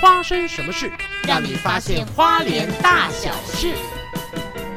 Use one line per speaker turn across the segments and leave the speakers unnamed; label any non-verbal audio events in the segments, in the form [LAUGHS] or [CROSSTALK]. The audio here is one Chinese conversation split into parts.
发生什么事？
让你发现花莲大小事。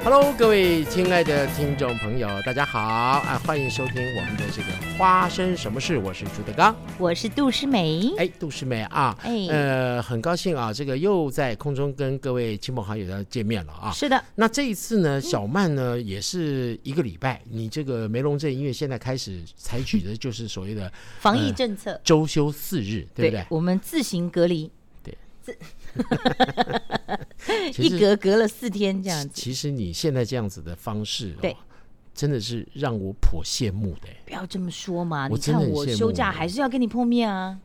Hello，各位亲爱的听众朋友，大家好啊！欢迎收听我们的这个《花生什么事》，我是朱德刚。
我是杜诗梅，
哎，杜诗梅啊，
哎
呃，很高兴啊，这个又在空中跟各位亲朋好友要见面了啊。
是的，
那这一次呢，小曼呢、也是一个礼拜，你这个梅龙镇因为现在开始采取的就是所谓的
防疫政策，
周休四日，嗯对不对？
我们自行隔离，
对， [LAUGHS]
自 [LAUGHS]
其实
一隔隔了四天这样子，
其实你现在这样子的方式、哦，
对，
真的是让我颇羡慕的。欸
不要这么说嘛！
我
你
真的
看
很
我
羡慕
休假还是要跟你碰面啊，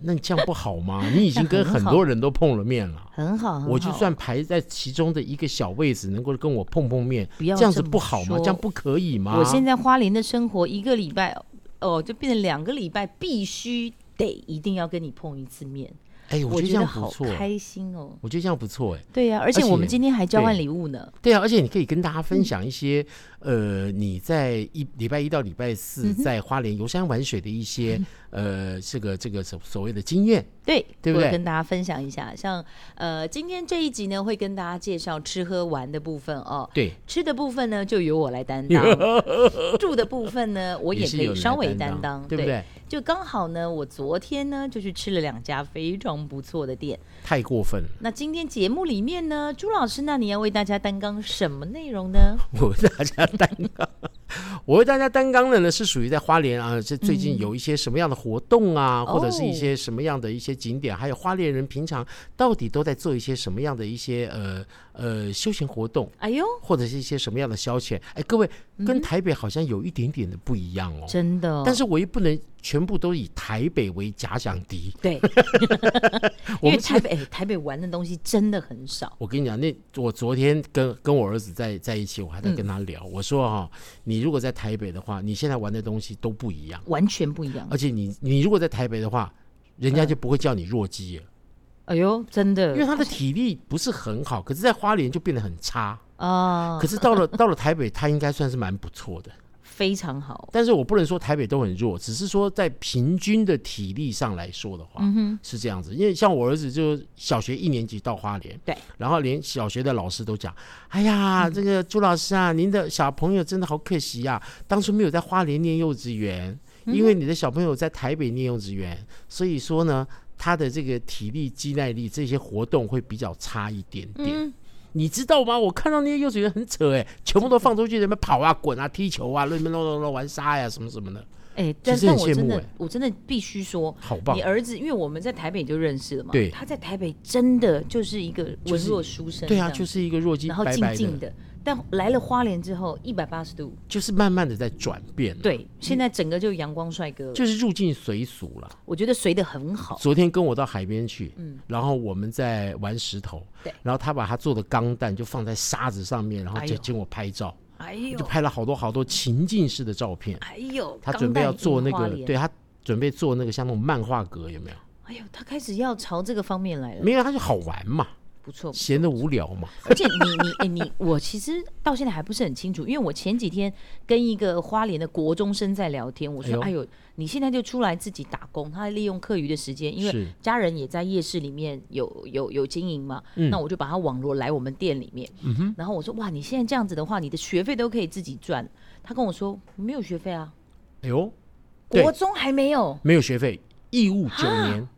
那你这样不好吗？你已
[LAUGHS]
经跟很多人都碰了面了。
很好，很好
我就算排在其中的一个小位置，能够跟我碰碰面，
不要
这样子
这么
不好吗？
说
这样不可以吗？
我现在花莲的生活一个礼拜，哦，就变成两个礼拜，必须得一定要跟你碰一次面，
哎，我
我
觉得这
觉得
样不
好
错，
开心哦。
我觉得这样不错，哎，
对呀、而且
而且
我们今天还交换
对
礼物呢，
对啊，而且你可以跟大家
嗯
分享一些，呃，你在一礼拜一到礼拜
嗯
四在花莲游山玩水的一些，呃，这个这个所所谓的经验，
对，
对不对
我跟大家分享一下，像呃，今天这一集呢，会跟大家介绍吃喝玩的部分哦。
对，
吃的部分呢，就由我来担
[LAUGHS]
当；住的部分呢，我也
是
可
有
以
人
稍
来
微
担
担当，
对不对？
就刚好呢，我昨天呢就去吃了两家非常不错的店。
太过分了。
那今天节目里面呢，朱老师，那你要为大家担纲什么内容呢？
[LAUGHS] 我为大家担纲，我为大家担纲的呢是属于在花莲啊，这最近有一些什么样的活动啊，
哦
或者是一些什么样的一些景点，还有花莲人平常到底都在做一些什么样的一些呃呃休闲活动，
哎呦，
或者是一些什么样的消遣？哎，各位跟台北好像有一点点的不一样哦，
嗯真的哦，
但是我又不能全部都以台北为假想敌，
对，
[LAUGHS] 我
因为
们
台北、哎台北玩的东西真的很少。
我跟你讲，那我昨天跟跟我儿子在在一起，我还在跟他聊，我说哈、你如果在台北的话，你现在玩的东西都不一样，
完全不一样
而，且你你如果在台北的话，人家就不会叫你弱鸡了，
哎呦，真
因为
的
他的体力不是很好，可是，在花莲就变得很差。
啊
可，是到了到了台北，他应该算是蛮不错的。
非常好。
但是我不能说台北都很弱，只是说在平均的体力上来说的话，是这样子。因为像我儿子就小学一年级到花莲，
对，
然后连小学的老师都讲：“哎呀，这个朱老师啊，您的小朋友真的好可惜呀、当初没有在花莲念幼稚园，因为你的小朋友在台北念幼稚园，所以说呢，他的这个体力、肌耐力这些活动会比较差一点点。你知道吗？我看到那些幼稚园很扯哎、全部都放出去，人们跑啊、滚啊、踢球啊、乱乱乱乱玩沙呀、什么什么的，
哎，但
其实
但
很
我
羡
真
慕
的
哎，
我真的必须说，
好棒
你！儿子，因为我们在台北就认识了嘛，
对
他在台北真的就是一个
就
文
是
弱书生这
对
样
啊，
子，
就是一个弱鸡，
然后
白
静
白嗯
静的，但来了花莲之后，一百八十度，
就是慢慢的在转变，，啊
对，现在整个就阳光帅哥了，
就是入境随俗了。
我觉得随的很好，
昨天跟我到海边去，然后我们在玩石头，
嗯对
然后他把他做的钢弹就放在沙子上面，然后
哎
就
呦
请我拍照，
哎
就
呦，
拍了好多好多情境式的照片。
哎呦，
他
钢
准备
弹
要做
印
那
花
个，
莲
对，他准备做那个像那种漫画格，有没有？
哎呦，他开始要朝这个方面来了，
没有，他就好玩嘛，
不错，不错
闲得无聊嘛。
而且你你哎、你我其实到现在还不是很清楚，因为我前几天跟一个花莲的国中生在聊天，我说
哎
哎呦，你现在就出来自己打工，他利用课余的时间，因
是
为家人也在夜市里面有有有经营嘛，
嗯
那我就把他网罗来我们店里面，然后我说哇，你现在这样子的话，你的学费都可以自己赚。他跟我说没有学费啊，
哎呦，对
国中还没有，
没有学费，义务九
啊
年。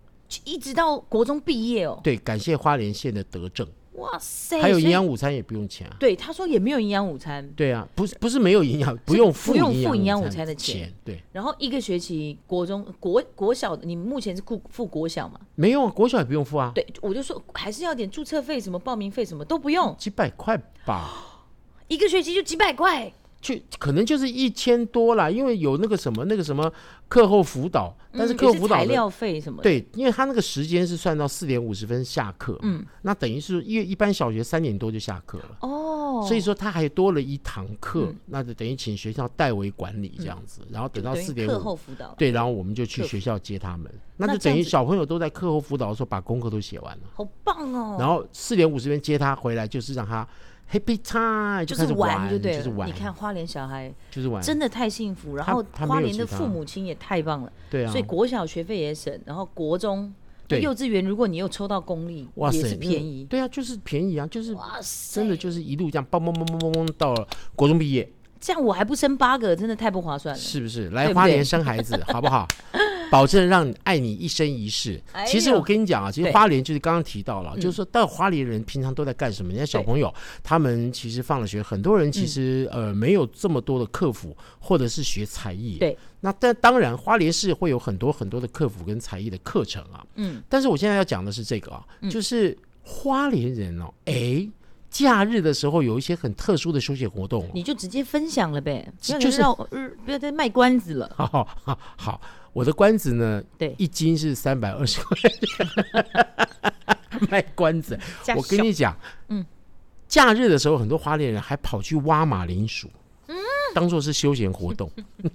一直到国中毕业哦，
对，感谢花莲县的德政，
哇塞，
还有营
所以
养午餐也不用钱啊。
对他说也没有营养午餐，
对啊，不是不是没有营养，不用付
不用付
营
营养
午
午餐的
钱
钱。
对，
然后一个学期国中国国小，你目前是付付国小嘛？
没有啊，国小也不用付啊，
对，我就说还是要点注册费、什么报名费、什么都不用，
几百块吧，
一个学期就几百块。
就可能就是一千多啦，因为有那个什么那个什么课后辅导，但是
嗯
课后辅
也
导
是材
的
料费什么的，
对，因为他那个时间是算到四点五十分下课，嗯，那等于是因为一般小学三点多就下课了，
哦，嗯
所以说他还多了一堂课，那就等于请学校代为管理这样子，然后等到
等于
四点
课
五，
后辅导，
对，然后我们就去
课
学校接他们，那
那
就
这
等
样
于
子
小朋友都在课后辅导的时候把功课都写完了，
好棒哦。
然后四点五十分接他回来，就是让他 happy time
就
开
是
始
玩就对
就
了，
是玩，
你看花莲小孩
就是玩，
真的太幸福，然
他
后
他没
花
有
莲的
其他
父母亲也太棒了，
对啊
所以，国小学费也省，然后国中
对
幼稚园如果你有抽到公立，
哇塞，
也是
那
便宜。
对啊，就是便宜啊，就是
哇塞，
真的就是一路这样，嘣嘣嘣嘣嘣嘣到了国中毕业，
这样我还不生八个，真的太不划算了。
是不是？来
对不
花莲
对
生孩子，好不好？保证让你爱你一生一世。
哎
其实
呦
我跟你讲啊，其实
对
花莲就是刚刚提到了，就是说到花莲人平常都在干什么？人家小朋友他们其实放了学，很多人其实呃没有这么多的客服，或者是学才艺。
对，
那但当然花莲市会有很多很多的客服跟才艺的课程啊。
嗯，
但是我现在要讲的是这个啊，就是花莲人哦，哎。假日的时候有一些很特殊的休闲活动哦、
你就直接分享了呗，不要
就
再
是
让我呃不要再卖关子了。
好好好好，我的关子呢，
对
一斤是三百二十块 [LAUGHS] 钱，卖关子。
加
我跟
小
你讲，嗯，假日的时候，很多花莲人还跑去挖马铃薯，
嗯
当做是休闲活动， [LAUGHS]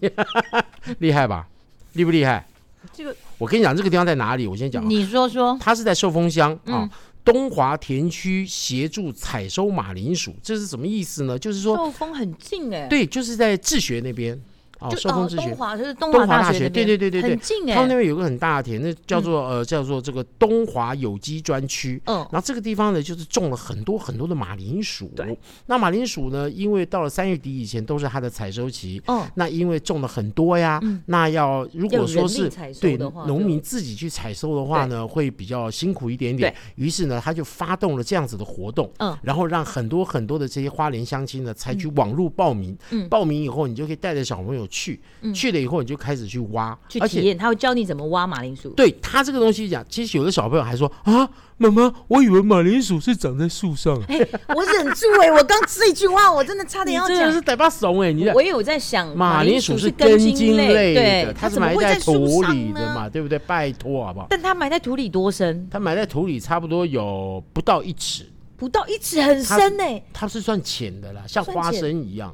厉害吧？厉不厉害？
这个，
我跟你讲，这个地方在哪里？我先讲啊，
你嗯说说，
它是在寿丰乡啊。东华田区协助采收马铃薯，这是什么意思呢？就是说，
寿丰很近哎，，
对，就是在志学那边哦，
就
寿丰
哦
志学
东，华就是东
东华
大
大
学
学
那边，
对对对对对
很近
他们那
哎，
边有个很大的田，那叫做、呃叫做这个东华有机专区。
嗯，
然后这个地方呢，就是种了很多很多的马铃薯
对。
那马铃薯呢，因为到了三月底以前都是它的采收期。
嗯
那因为种了很多呀，那要如果
要有
说
嗯人
是
力采收
对
的话
农
就
民自己去采收的话呢，会比较辛苦一点点。于是呢，他就发动了这样子的活动，
嗯
然后让很多很多的这些花莲乡亲呢，采取网络报名。
嗯
报名以后，你就可以带着小朋友去，去了以后你就开始去挖，
去
而且
体验，他会教你怎么挖马铃 [LAUGHS] 薯，
对他这个东西讲，其实有的小朋友还说啊，妈妈，我以为马铃薯是长在树上。
哎，我忍住哎，我刚这一句话我真的差
你
点要
真的
讲
是。逮把怂哎！你
我也有在想，
马
铃
铃薯
是
根
茎
类
对，
它是
怎么
埋
会
在
在树
土
上
里的
呢？
嘛，对不对？拜托好不好？
但它埋在土里多深？
它埋在土里差不多有不到一尺，
不到一尺，很
它
深哎。
它是算浅的啦，像
算
花
浅
生一样，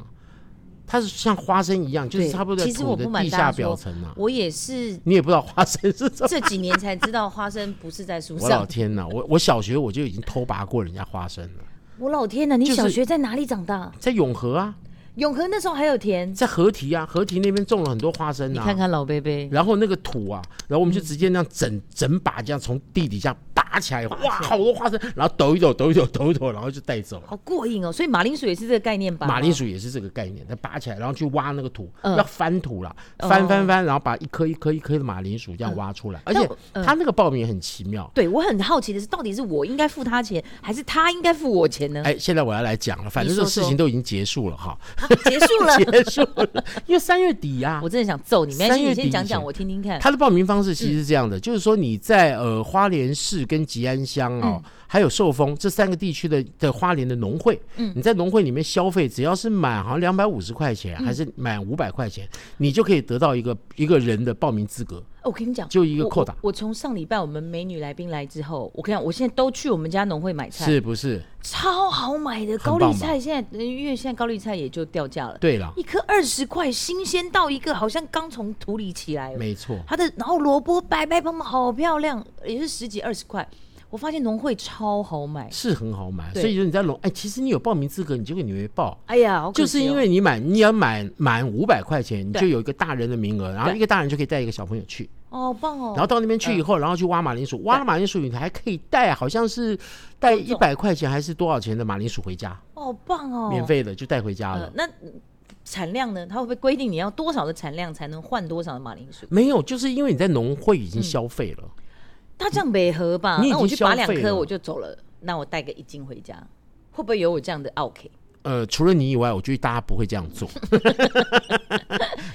它是像花生一样，就是
对
差不多在
其实
土
我
的
不瞒
地
大
下
家说
表层啊。
我也是
你也不知道花生是 [LAUGHS]
[LAUGHS]
什么。
这几年才知道花生不是在树
我老
上。
天呐，我我小学我就已经偷拔过人家花生了，
我老天啊呐，你
就是
小学在哪里长大？
在永和啊，
永和那时候还有田，
在河堤啊，河堤那边种了很多花生啊。
你看看老贝贝，
然后那个土啊，然后我们就
嗯
直接那样整整把这样从地底下拔起来，哇，好多花生，然后抖一抖，抖一抖，抖一抖，然后就带走了。
好过瘾哦。所以马铃薯也是这个概念吧？
马铃薯也是这个概念，它拔起来，然后去挖那个土，
嗯
要翻土啦，
哦
翻翻翻，然后把一颗一颗一颗的马铃薯这样挖出来。而
但
且
我嗯
它那个报名很奇妙，
对我很好奇的是，到底是我应该付他钱，还是他应该付我钱呢？
哎，现在我要来讲了，反正这
嗯你
个
说
事情都已经结束了哈， [LAUGHS]
啊结束了，
结束了，因为三月底啊呀、
我真的想揍你。没关
三
系，
月
你
底
先
以
讲讲，
前
我听听看。
它的报名方式其实是这样的，就是说你在呃花莲市跟吉安乡哦，
嗯
还有寿丰这三个地区的的花莲的农会，嗯，你在农会里面消费，只要是满好像两百五十块钱，
嗯
还是满五百块钱，你就可以得到一个一个人的报名资格。
哦我跟你讲，
就一个
我
扣打
我我从上礼拜我们美女来宾来之后，我跟你讲，我现在都去我们家农会买菜，
是不是？
超好买的
很
高
棒
丽
吧
菜。现在因为现在高丽菜也就掉价了，
对了，
一颗二十块，新鲜到一个好像刚从土里起来哦。
没错，
它的然后萝卜白白胖胖，好漂亮，也是十几二十块。我发现农会超好买，
是很好买。
对
所以说你在农，哎，其实你有报名资格，你结果你没报。
哎呀，好可
就
惜
是
哦
因为你满，你要满满五百块钱，你
对
就有一个大人的名额，然后
对
一个大人就可以带一个小朋友去。
哦，好棒哦，
然后到那边去以后，然后去挖马铃薯，挖了马铃薯，你还可以带，好像是带
种
一百块钱还是多少钱的马铃薯回家，
哦好棒哦，
免。费的就带回家
呃
了，。
那产量呢？它会不会规定你要多少的产量才能换多少的马铃薯？
没有，就是因为你在农会
嗯
已经消费了，
它这样违和吧？
你已
那我
经
去拔
消
两
费
颗
了
我就走了，那我带个一斤回家，会不会有我这样的 OK？
呃，除了你以外，我觉得大家不会这样
[LAUGHS]
做。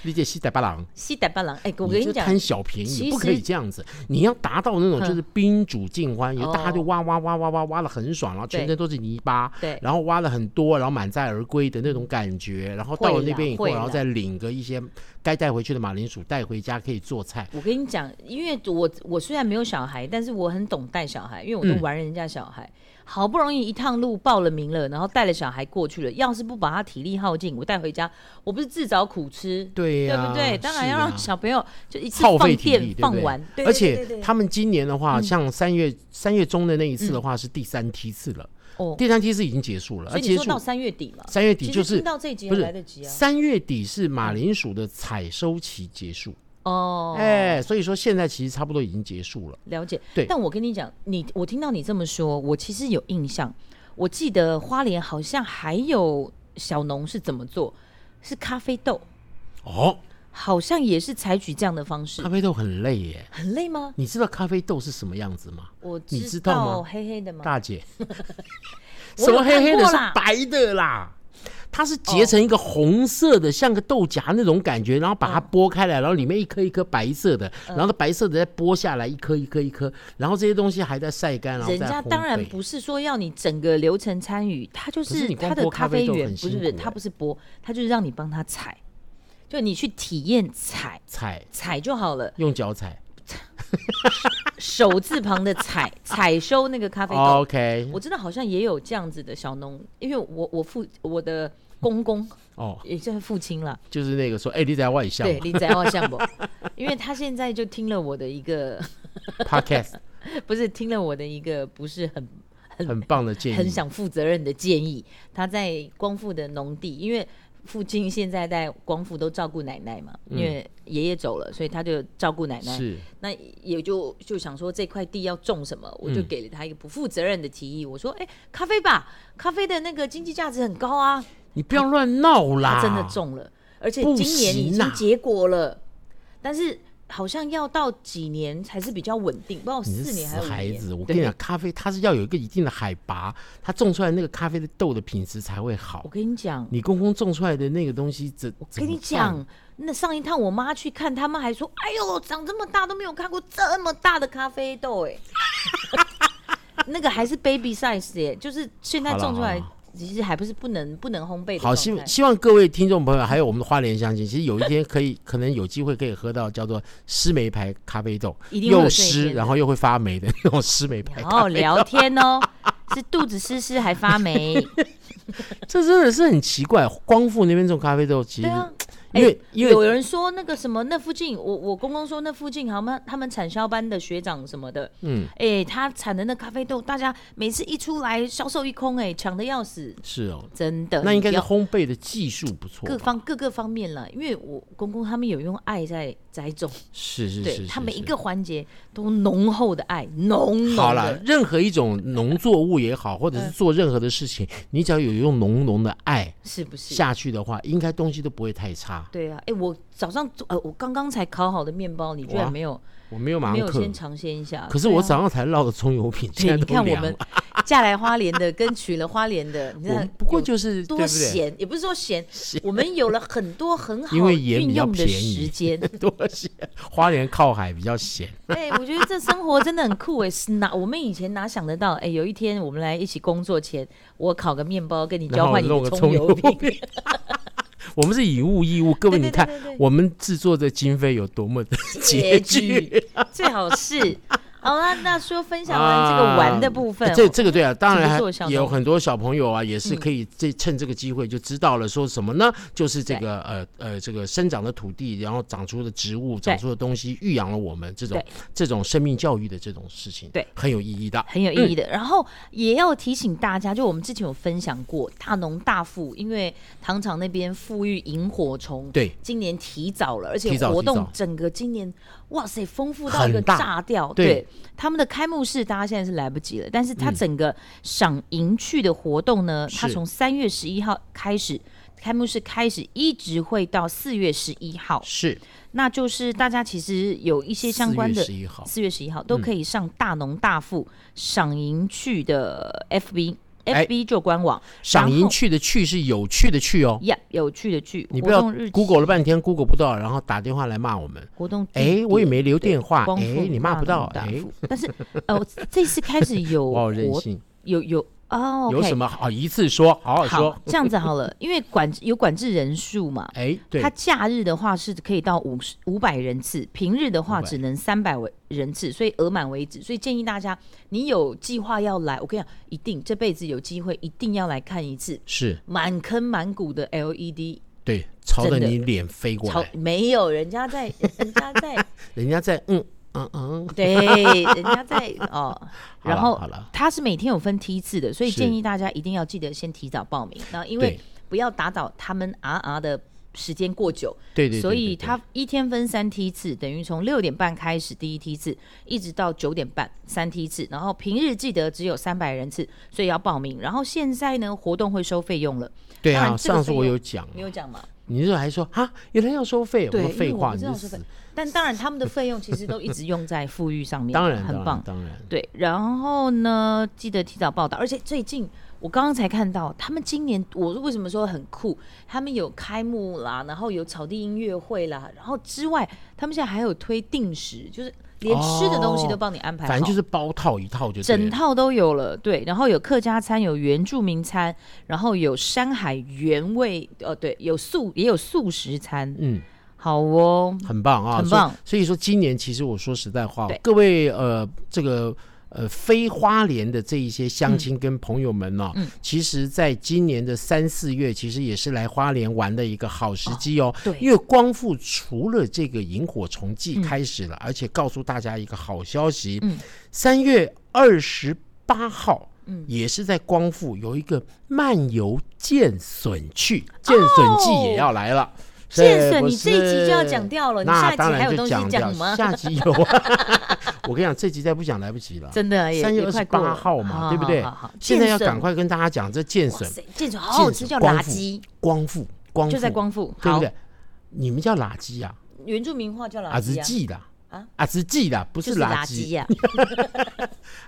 理解西仔巴郎，
西歹巴郎，哎、我跟
你
你
就
讲，
贪小便
其
宜，
实
不可以这样子。你要达到那种
嗯
就是宾主尽欢，有
哦
大家就挖挖挖挖挖挖的很爽，然后全
对
身都是泥巴，
对
然后挖了很多，然后满载而归的那种感觉。然后到了
会啦
那边以后，
会啦
然后再领个一些该带回去的马铃薯带回家可以做菜。
我跟你讲，因为我我虽然没有小孩，但是我很懂带小孩，因为我
嗯
都玩人家小孩。好不容易一趟路报了名了，然后带了小孩过去了，要是不把他体力耗尽，我带回家，我不是自找苦吃，
对呀、
对不对？当然要
是
让
啊
小朋友就一次
耗
放
费体
电
力，对不
放
对
完，对
而
对对
且
嗯对
他们今年的话，像三月三月中的那一次的话是第三梯次了，
哦，
第三梯次已经结束了，
嗯所
而
以你
结
说
束
到三月底嘛，
三月底
其
就
实
是
听到这一集
不
还
是
来得及啊。
三月底是马铃薯的采收期结束，
哦哦，
哎，所以说现在其实差不多已经结束了。
了解。
对
但我跟你讲，你我听到你这么说，我其实有印象。我记得花莲好像还有小农是怎么做，是咖啡豆，
哦，
好像也是采取这样的方式
咖。啡豆很累耶，
很累吗？
你知道咖啡豆是什么样子吗？
我
你知道吗
黑黑的吗？
大姐，
[LAUGHS] 我有
什么黑黑的
看
是
过啦
白的啦，它是结成一个红色的，像个豆荚那种感觉，然后把
嗯
它剥开来，然后里面一颗一颗白色的，然后它白色的再剥下来一颗一颗一颗，然后这些东西还在晒干，然后
人
再
家
烘
当然
焙
不是说要你整个流程参与，他就
可是你光
他的
剥
咖
咖
啡
啡豆
园，
很
不是
辛
不是，
苦
他
欸
不是剥，他就是让你帮他采，就你去体验采
踩，
采就好了，
用脚踩。
手字旁的采采收那个咖啡豆。
OK，
我真的好像也有这样子的小农，因为我我父我的公公
哦，
也就是父亲啦，
就是那个说，哎，你在外向
对林宅傲相伯， [LAUGHS] 因为他现在就听了我的一个， [LAUGHS]
Podcast
不是听了我的一个不是 [LAUGHS] 很
很棒的建议，
很想负责任的建议，他在光复的农地，因为父亲现在在光复都照顾奶奶嘛，因为爷爷走了，所以他就照顾奶奶。
嗯是
那也就就想说这块地要种什么，
嗯
我就给了他一个不负责任的提议，我说：“哎、咖啡吧，咖啡的那个经济价值很高啊。
你不要乱闹”啦，
他啊真的中了，而且
不
今年已
行
经
啊
结果了，但是好像要到几年才是比较稳定，不知道
你是
四年还
死
是五年。
孩子，我
对
跟你讲，，咖啡它是要有一个一定的海拔，它种出来那个咖啡的豆的品质才会
我
好。
跟你讲，
你公公种出来的那个东西，怎
跟
怎
你，
么
讲，那上一趟我妈去看，他们还说：“哎呦，长这么大都没有看过这么大的咖啡豆、哎， [LAUGHS] 那个还是 baby size 耶、就是现在
好啦
种出来
好啦，
其实还不是不能不能烘焙
办
的
好，希
状态
希望各位听众朋友，还有我们的花莲乡亲，其实有一天可以，可能有机会可以喝到叫做湿梅牌咖啡豆，
一定会有
又
这一
湿
天的
然后又会发霉的那种湿梅牌
然，后聊天哦， [LAUGHS] 是肚子湿湿还发霉，
这真的是很奇怪。光复那边种咖啡豆，其实
对啊。
因为
哎
因为
有人说那个什么，那附近我我公公说那附近好像他们产销班的学长什么的，嗯，哎、他产的那咖啡豆，大家每次一出来销售一空、哎，抢的要死，
是哦，
真的。
那应该
你
是
呃要
烘焙的技术不错吧，
各方各个方面了，因为我公公他们有用爱在栽种，
是是是
对
是，
他每一
是
个环节都浓厚的爱，浓浓的
好了，任何一种农作物也好，或者
嗯
是做任何的事情，你只要有用浓浓的爱
是不是？
下去的话，应该东西都不会太差。
对啊，哎、我早上做呃，我刚刚才烤好的面包，你居然
哇
没有
我没有马
没
上
有
刻
先，尝鲜一下？
可是
对啊
我早上才烙的葱油饼，现
对，
在
你
都
看我
凉
们
了。
[LAUGHS] 嫁来花莲的跟娶了花莲的，你
我
看
们不过
有
就是对
多
不对？
咸，也不是说咸，我们有了很多很好
因为盐
运
比较
用的
便宜
时间。
[LAUGHS] [LAUGHS] 多咸，花莲靠海比较咸。
哎、我觉得这生活真的很酷哎，是哪我们以前哪想得到？哎、有一天我们来一起工作前，我烤个面包跟你
然
交
后
换你
弄
的
个葱
油饼，
饼。我们是以物易物，各位
对对
你看
对对对，
我们制作的经费有多么的 [LAUGHS] 拮据。 [LAUGHS]
最好是。好啦，那说分享完这个玩的部分，
啊这这个对啊，当然
怎么
还
做小农嗯
也有很多小朋友啊，也是可以这趁这个机会就知道了，说什么呢？就是这个呃呃这个生长的土地，然后长出的植物，长出的东西，育养了我们这种
对
这种生命教育的这种事情，
对，
很有意义的。
很有意义的。然后也要提醒大家，就我们之前有分享过大农大富，因为糖厂那边富裕萤火虫，
对，
今年提早了，而且
提早
活
提
动
早
整个今年，哇塞，丰富到一个
很大
炸掉。
对嗯
他们的开幕式大家现在是来不及了，但是它整个赏萤趣的活动呢，它
是
从三月十一号开始。开幕式开始一直会到四月十一号，
是
那就是大家其实有一些相关的
十一号，
四月
嗯
十一号都可以上大农大富赏银去的 FB。
哎
FB 就官网，
赏
然
银
后
去的去是有趣的去哦，
呀、有趣的去，
你
嗯活
不要
动日期
Google 了半天 Google 不到，然后打电话来骂我们。
活动地
哎，我也
点
没留
对
电话，
光
哎，
复
你骂不
大
到
农，大
哎，
富但是 [LAUGHS] 呃，这次开始有
[LAUGHS] 我好任
活
性，
有有哦，OK，
有什么好一次说，好好说
好。这样子好了，因为管有管制人数嘛，
哎，对
它，假日的话是可以到五十五百人次，平日的话
500
只能三百为人次，所以额满为止。所以建议大家，你有计划要来，我跟你讲，一定这辈子有机会一定要来看一次
是
满坑满谷的 LED，
对，朝着
真的
你脸飞过
超
来，
没有人家在，人家在，
人家在嗯嗯嗯， [LAUGHS]
对，人家在哦。
好
然
了
后
好了，
它是每天有分梯次的，所以
是
建议大家一定要记得先提早报名。然后因为
对
不要打倒他们啊啊的时间过久，
对对对
所
对
以
对
他一天分三梯次，等于从六点半开始第一梯次，一直到九点半三梯次，然后平日记得只有三百人次，所以要报名。然后现在呢，活动会收费用了，
对
当
啊，
然这个
上次
费
我
用
有讲，
你有讲吗？
你那时候还说啊，原来要收费，我
对
说
因为
废
我
话，
不
你
知
就
道收
死
费。但当然，他们的费用其实都一直用在富裕上面，
当然，
很
当
棒
然，。当然，
对，然后呢，记得提早报道。而且最近我刚刚才看到，他们今年我为什么说很酷？他们有开幕啦，然后有草地音乐会啦，然后之外，他们现在还有推定时，就是连吃的东西都帮你安排好，
哦反正就是包套一套就对
整
了
套都有了。对，然后有客家餐，有原住民餐，然后有山海原味，呃，对，有素也有素食餐。
嗯，
好哦，
很棒啊，
很
所以
棒
所以说，今年其实我说实在话
对，
各位呃，这个呃，非花莲的这一些乡亲跟朋友们呢、
嗯
其实在今年的三四月，其实也是来花莲玩的一个好时机哦。
对嗯
因为光复除了这个萤火虫季开始了，而且告诉大家一个好消息，三、月二十八号。
嗯
也是在光复有一个漫游剑笋去，剑笋季
哦
也要来了。是
剑笋
不
你这一集
是
就要讲掉了你
那
下集
当然
还有
就
东西
讲
讲
掉
吗
下集有啊， [LAUGHS] 我跟你讲，这集再不讲来不及了。
真的也
三月
也
二
快
十
过
八
了
号
好
嘛，
好
对不对
好好好？
现在要
剑笋
赶快跟大家讲这剑
哇
笋、
塞，剑笋好好吃，
剑
叫
笋
垃
光复
圾，
光复、光复，
就在光复，
对不
好，
对？你们叫垃圾啊，
原住民话叫垃
阿子
圾啊，
记的
啊，
阿子记的不
就是是垃
垃
圾
圾，啊
呀、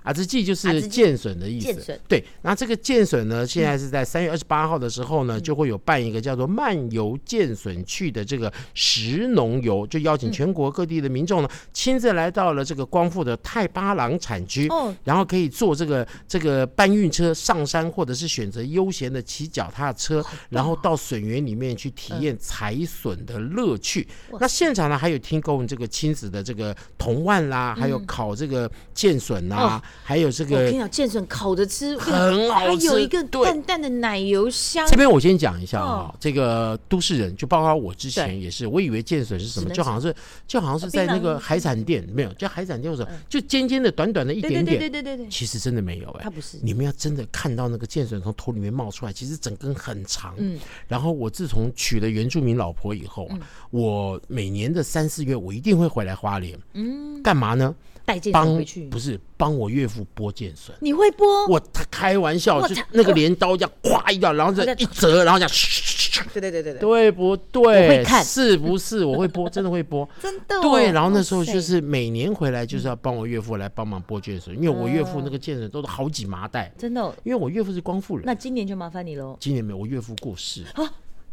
阿子啊记就
阿
是
兹记
剑笋的意
剑笋
思。对，那这个剑笋呢，现在是在三月二十八号的时候呢，就会有办一个叫做“漫游剑笋去”的这个食农游，就邀请全国各地的民众呢，亲自来到了这个光复的太巴郎产区。
[LAUGHS] 哦，
然后可以坐这个这个搬运车上山，或者是选择悠闲的骑脚踏车，然后到笋园里面去体验采笋的乐趣。那现场呢，还有听供这个亲子的这个铜腕啦，还有烤这个剑笋啦，还有这
嗯哦我跟
个
你讲，剑笋烤着吃
很好
它
吃
有一个
对
淡淡的奶油香
这。边我先讲一下啊、
哦
这个都市人，就包括我之前
对
也是，我以为剑笋是什么，
只能
就好像是就好像是在那
槟
个
榔
海产店，没有，就海产店或者就尖尖的、短短的一
对
点
对对
点，
对对对对，
其实真的没有哎、
它不是
你们要真的看到那个剑笋从头里面冒出来，其实整根很长。嗯，然后我自从娶了原住民老婆以后啊，
嗯
我每年的三四月我一定会回来花莲。嗯，干嘛呢？
带剑
帮
笋回去
不，是帮我岳父剥剑笋。
你会剥？
我他开玩笑，
我
就
操
那个镰刀这样咵一刀，然后这
我在
一折，然后这样咻咻咻咻，
对对对对对，
对不对？
我会看
是不是？我会
[LAUGHS]
剥，真的会剥。
真的、哦。
对，然后那时候
哇
就
塞嗯
是每年回来就是要帮我岳父来帮忙剥剑笋，因为我岳父
哦
那个剑笋都是好几麻袋，
真的哦、
因为我岳父是光复人。
那今年就麻烦你哦喽，
今年没有，我岳父过世。
啊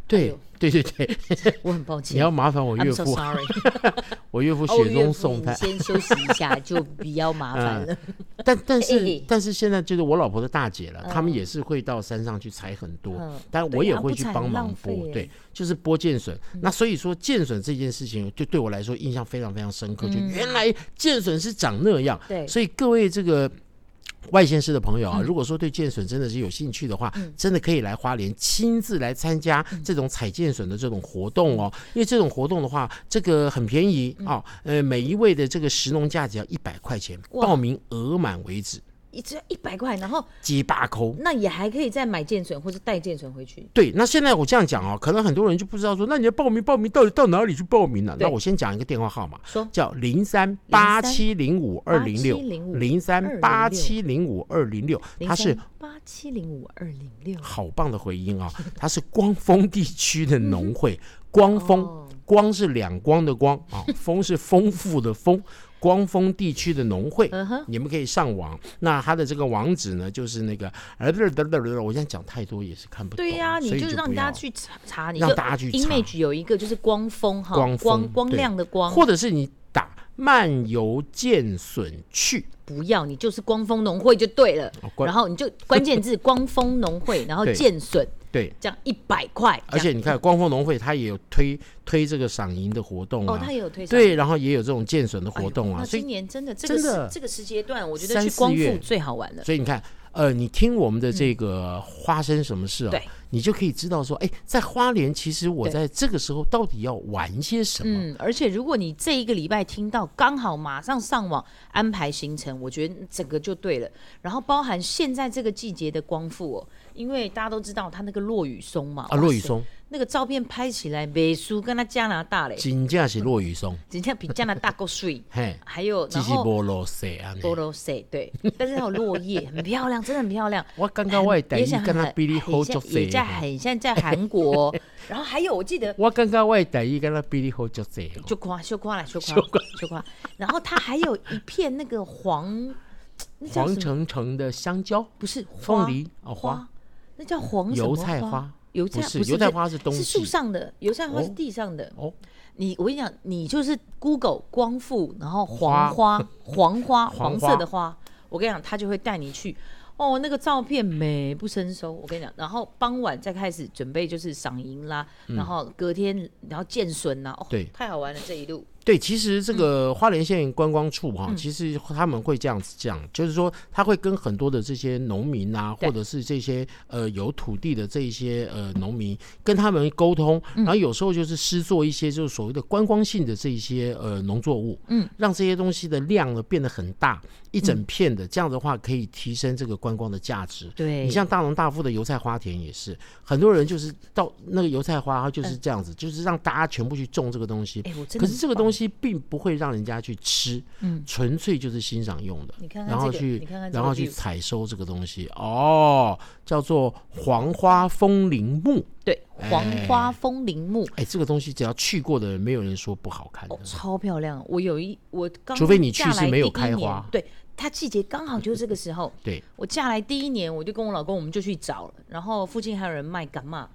对对对对，
我很抱歉。
你要麻烦我岳
I'm so
父，
sorry，
我岳父 [LAUGHS]
哦
雪
岳
中
父
送炭嗯
你。先休息一下，就比较麻烦了。
但但
哎
是但是现在就是我老婆的大姐了，他们也是会到山上去采很多
嗯，
但
对
我也
啊
会
不
去
采
帮
很
忙
浪费
剥，
耶
对，就是剥剑笋。
嗯
那所以说剑笋这件事情，就对我来说印象非常非常深刻，就原来剑笋是长那样。
嗯对嗯
所以各位这个。外县市的朋友啊，如果说对剑笋真的是有兴趣的话，真的可以来花莲亲自来参加
嗯
这种采剑笋的这种活动哦。因为这种活动的话，这个很便宜
嗯
啊、呃，每一位的这个食农价只要一百块钱，
哇
报名额满为止，
一只要一百块，然后
鸡巴抠。
那也还可以再买剑笋或者带剑笋回去。
对，那现在我这样讲哦，可能很多人就不知道说，那你的报名报名到底到哪里去报名呢、
对
那我先讲一个电话号码，
说
叫零三八七零五二零六零三八七零五二零六，它是
八七零五二零六，
好棒的回音啊！它是光丰地区
嗯
的农会，光丰，
哦
光是两光的光啊，丰是丰富的丰。光丰地区的农会
嗯哼，
你们可以上网。那它的这个网址呢，就是那个，呃，不是不是不是不是我现在讲太多也是看不懂，啊
对呀、你
所以
就
就是
让
不
大
要
家去查查，你
让
就
大家去查
image 有一个就是光风哈，
光
光
风对
亮的光，
或者是你打漫游剑笋去，
不要你就是光风农会就对了，
哦关
然后你就关键字光风农
[LAUGHS]
会，然后
对
剑笋
对。
这样一百块，
而且你看，光丰农会它也有推推这个赏银的活动
这样
啊，
哦，他也有推
对，然后也有这种剑笋的
哎呦
活动啊，
那
所以
今年真的这个
真的
时这个时节段，我觉得
三
去
四
光复
月
最好玩了。
所以你看，呃，你听我们的这个花生什么事啊、
嗯对
你就可以知道说，哎，在花莲其实我
对
在这个时候到底要玩些什么。
嗯，而且如果你这一个礼拜听到，刚好马上上网安排行程，我觉得整个就对了。然后包含现在这个季节的光复哦，因为大家都知道它那个落雨松嘛，
啊，
哇
落雨
塞，
松，
那个照片拍起来，美苏跟他加拿大嘞，
真正是落雨松，，
人家比加拿大够水
嘿，
还有
只
然
是
后
无落雪啊。
波罗塞对，但是还有落叶，很漂亮，真的很漂亮。
我刚刚我的台
也
语
想
跟他
很
比你好
很
足
像，也
济
在，很像在韩国，哦然后还有我记得
我感觉我的台语跟他比你好足哦济。
就夸就夸了，就夸就夸，然后它还有一片那个黄，那叫
黄
什么？
澄澄的香蕉、
不是
凤
花
梨哦花
花，那叫黄什么
油菜
花
花，
油菜
不是
不是
油菜花是冬
是
季
树上的，油菜花是
哦
地上的。
哦，
你我跟你讲，你就是 Google 光复，然后
[LAUGHS]
黄花、黄花、
黄
黄
花
色的花，我跟你讲，他就会带你去。哦，那个照片美不胜收，我跟你讲。然后傍晚再开始准备就是赏樱啦，然后隔天然后见笋啦，哦，
嗯对
太好玩了这一路。
对，其实这
嗯
个花莲县观光处哈、其实他们会这样子讲，就是说他会跟很多的这些农民啊，
对
或者是这些呃有土地的这一些呃农民，跟他们沟通，
嗯
然后有时候就是施做一些就是所谓的观光性的这一些呃农作物，
嗯，
让这些东西的量呢变得很大，一整片的，这样的话可以提升这个观光的价值。
对，
你像大农大富的油菜花田也是，很多人就是到那个油菜花，它就是这样子，就是让大家全部去种这个东西。
嗯哎、我真的
可是这个
很棒
东西并不会让人家去吃，
嗯
纯粹就是欣赏用的。
你看看
然后
这个
去，
你看看这
然
个
后去
view
采收这个东西，哦，叫做黄花风铃木。
对黄花风铃木、
哎，这个东西只要去过的人，没有人说不好看的
哦，。超漂亮。我有一我刚
除非你去
嫁来
是没有
第一
开
年
花
对，它季节刚好就是这个时候。
对，
我嫁来第一年，我就跟我老公我们就去找了，然后附近还有人卖干嘛？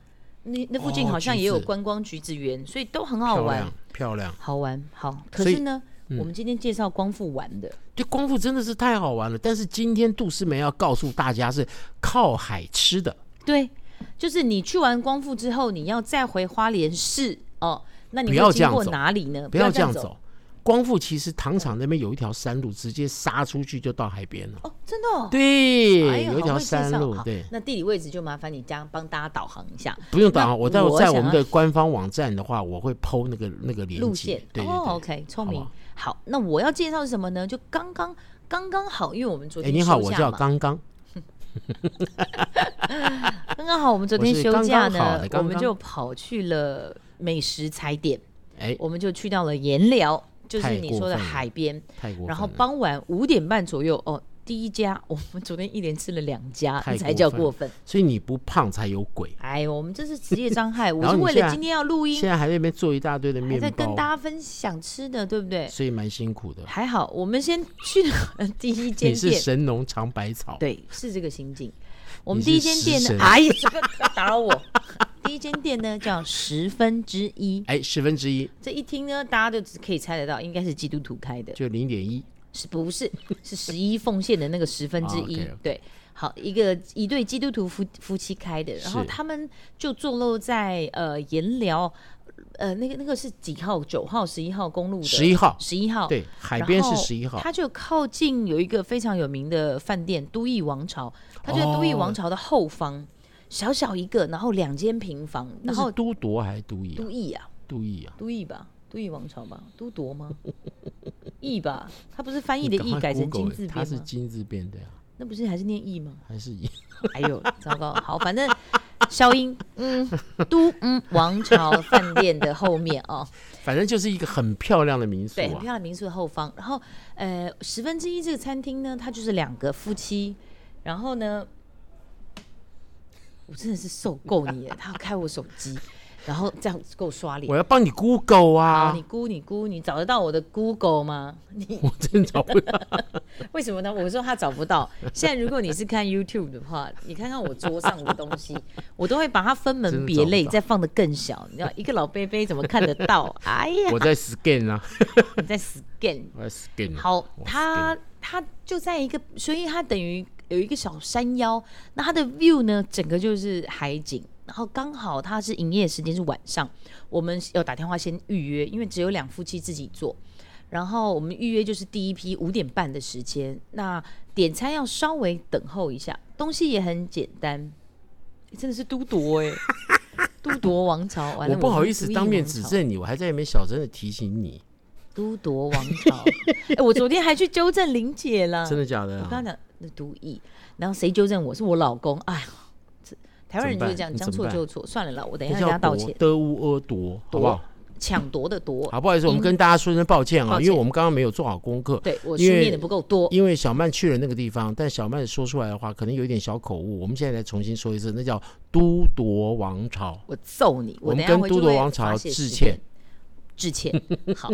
那那附近
哦
好像
橘
也有
子
观光橘子园，所以都很好
漂
玩
亮，，漂亮。
好玩好。可
所以嗯
是呢，我们今天介绍光复玩的，
对，光复真的是太好玩了。但是今天杜思梅要告诉大家，是靠海吃的。
对，就是你去完光复之后，你要再回花莲市哦，那你
不要
会
这
经
样
过
走
哪里呢？
不要这样走。光复其实糖厂那边有一条山路，直接杀出去就到海边了。
哦，真的哦。
对，
哎呦
有一
好
条
会介
山
绍
路
好，
对，
那地理位置就麻烦你这样帮大家导航一下
不用打
那
啊。我待
我
会在
想
我们
要
的官方网站的话，我会剖那个那个链
路
接
线。。
对
哦
对
，OK，聪
好不
明
好。
好，那我要介绍是什么呢？就刚刚刚刚好，因为我们昨
对。哎，
天
你好，
休
我
假
叫
嘛
刚刚。
刚刚好，我们昨天
我是
休假
刚
呢，
刚好的刚刚
我们就跑去了美食踩点，
哎，
我们就去到了盐寮，就是
太
你
过
说的
分了
海边。
太过分了。
然后傍晚五点半左右，哦，第一家， [LAUGHS] 我们昨天一连吃了两家，
太
那才
过
叫
分
过分。
所以你不胖才有鬼。
哎呦，我们这是职业伤害，我
[LAUGHS] 然后
是
你
为
现
了
在
今天要录音
现，在还在那边做一大堆的
还
面
在跟
包，
大家分享吃的，对不对？
所以蛮辛苦的。
还好，我们先去了第一间
你是
店，
神农尝百草，
对，是这个心境。我们
你
第一
是
间
食
店呢
神，
哎呀，这个打扰我。 [LAUGHS] 第一间店呢叫十分之一，
哎，十分之一
这一听呢，大家就只可以猜得到，应该是基督徒开的，
就零点一，
是不是？是十一奉献的那个十分之一。
[LAUGHS] 啊，OK，OK
对，好，一个一对基督徒夫夫妻开的，然后
是
他们就坐落在呃盐寮，呃那个那个是几号？九号、十一号公路的？
十一号，
十一号。
对，海
然
边是
后
十一号，
它就靠近有一个非常有名的饭店——都邑王朝，它就在都
哦
邑王朝的后方，小小一个，然后两间平房，
那
然
是
后
都铎还是都邑啊
都？邑啊，
都邑啊，
都邑吧，都邑王朝吧，都铎吗？邑吧，它不是翻译的
你赶
邑
快
改成
Google
金
欸
字
它
边
是
吗？
金字边的呀，
那不是还是念邑吗？
还是
[LAUGHS]
一
哎呦，糟糕！好，反正消音，嗯，
[LAUGHS]
都嗯王朝饭店的后面哦，
反正就是一个很漂亮的民宿
对，很漂
啊。
亮的民宿的后方。然后，呃，十分之一这个餐厅呢，它就是两个夫妻。然后呢，我真的是受够你了，他要开我手机，然后这样子给我刷脸
我。要帮你 Google
啊！
[LAUGHS] 啊
你，估你估，你找得到我的 Google 吗？你
我真找不到。
为什么呢？我说他找不到。现在如果你是看 YouTube 的话，你看看我桌上的东西，我都会把它分门
真的
别类，
找不到
再放得更小。你知道一个老贝贝怎么看得到？哎呀，
我在 scan 啊，
你在 scan
我在 scan 啊。
好，
我 scan
它它就在一个，所以它等于有一个小山腰，那它的 view 呢，整个就是海景。然后刚好它是营业时间是晚上，我们要打电话先预约，因为只有两夫妻自己做。然后我们预约就是第一批五点半的时间，那点餐要稍微等候一下，东西也很简单， [LAUGHS] 诶真的是都铎哎、都铎王朝，完
[LAUGHS]
了
我不好意思
们是
当面
都邑
指
王朝
正你，我还在那边小声的提醒你，
都铎王朝。哎、我昨天还去纠正玲姐啦，
真的假的
嗯我
啊？
刚刚讲那都邑，然后谁纠正我是我老公，哎呀，这台湾人就是这样，
怎么办
将错
你怎
就
么
错，算了啦，我等一
这
下跟他
叫
道
夺
歉，
得乌阿夺，好不好？
抢夺的夺，
好，不好意思，我们
赢
跟大家说声抱歉
嗯抱
啊，
歉
因为我们刚刚没有做好功课。
对我书
因为
念的不够多，
因为小曼去了那个地方，但小曼说出来的话可能有一点小口误，我们现在来重新说一次，那叫都铎王朝。
我揍你！
我
等
们
一下
跟
回去
都铎
会
王朝
发泄
致
诗
歉
篇，致歉。好，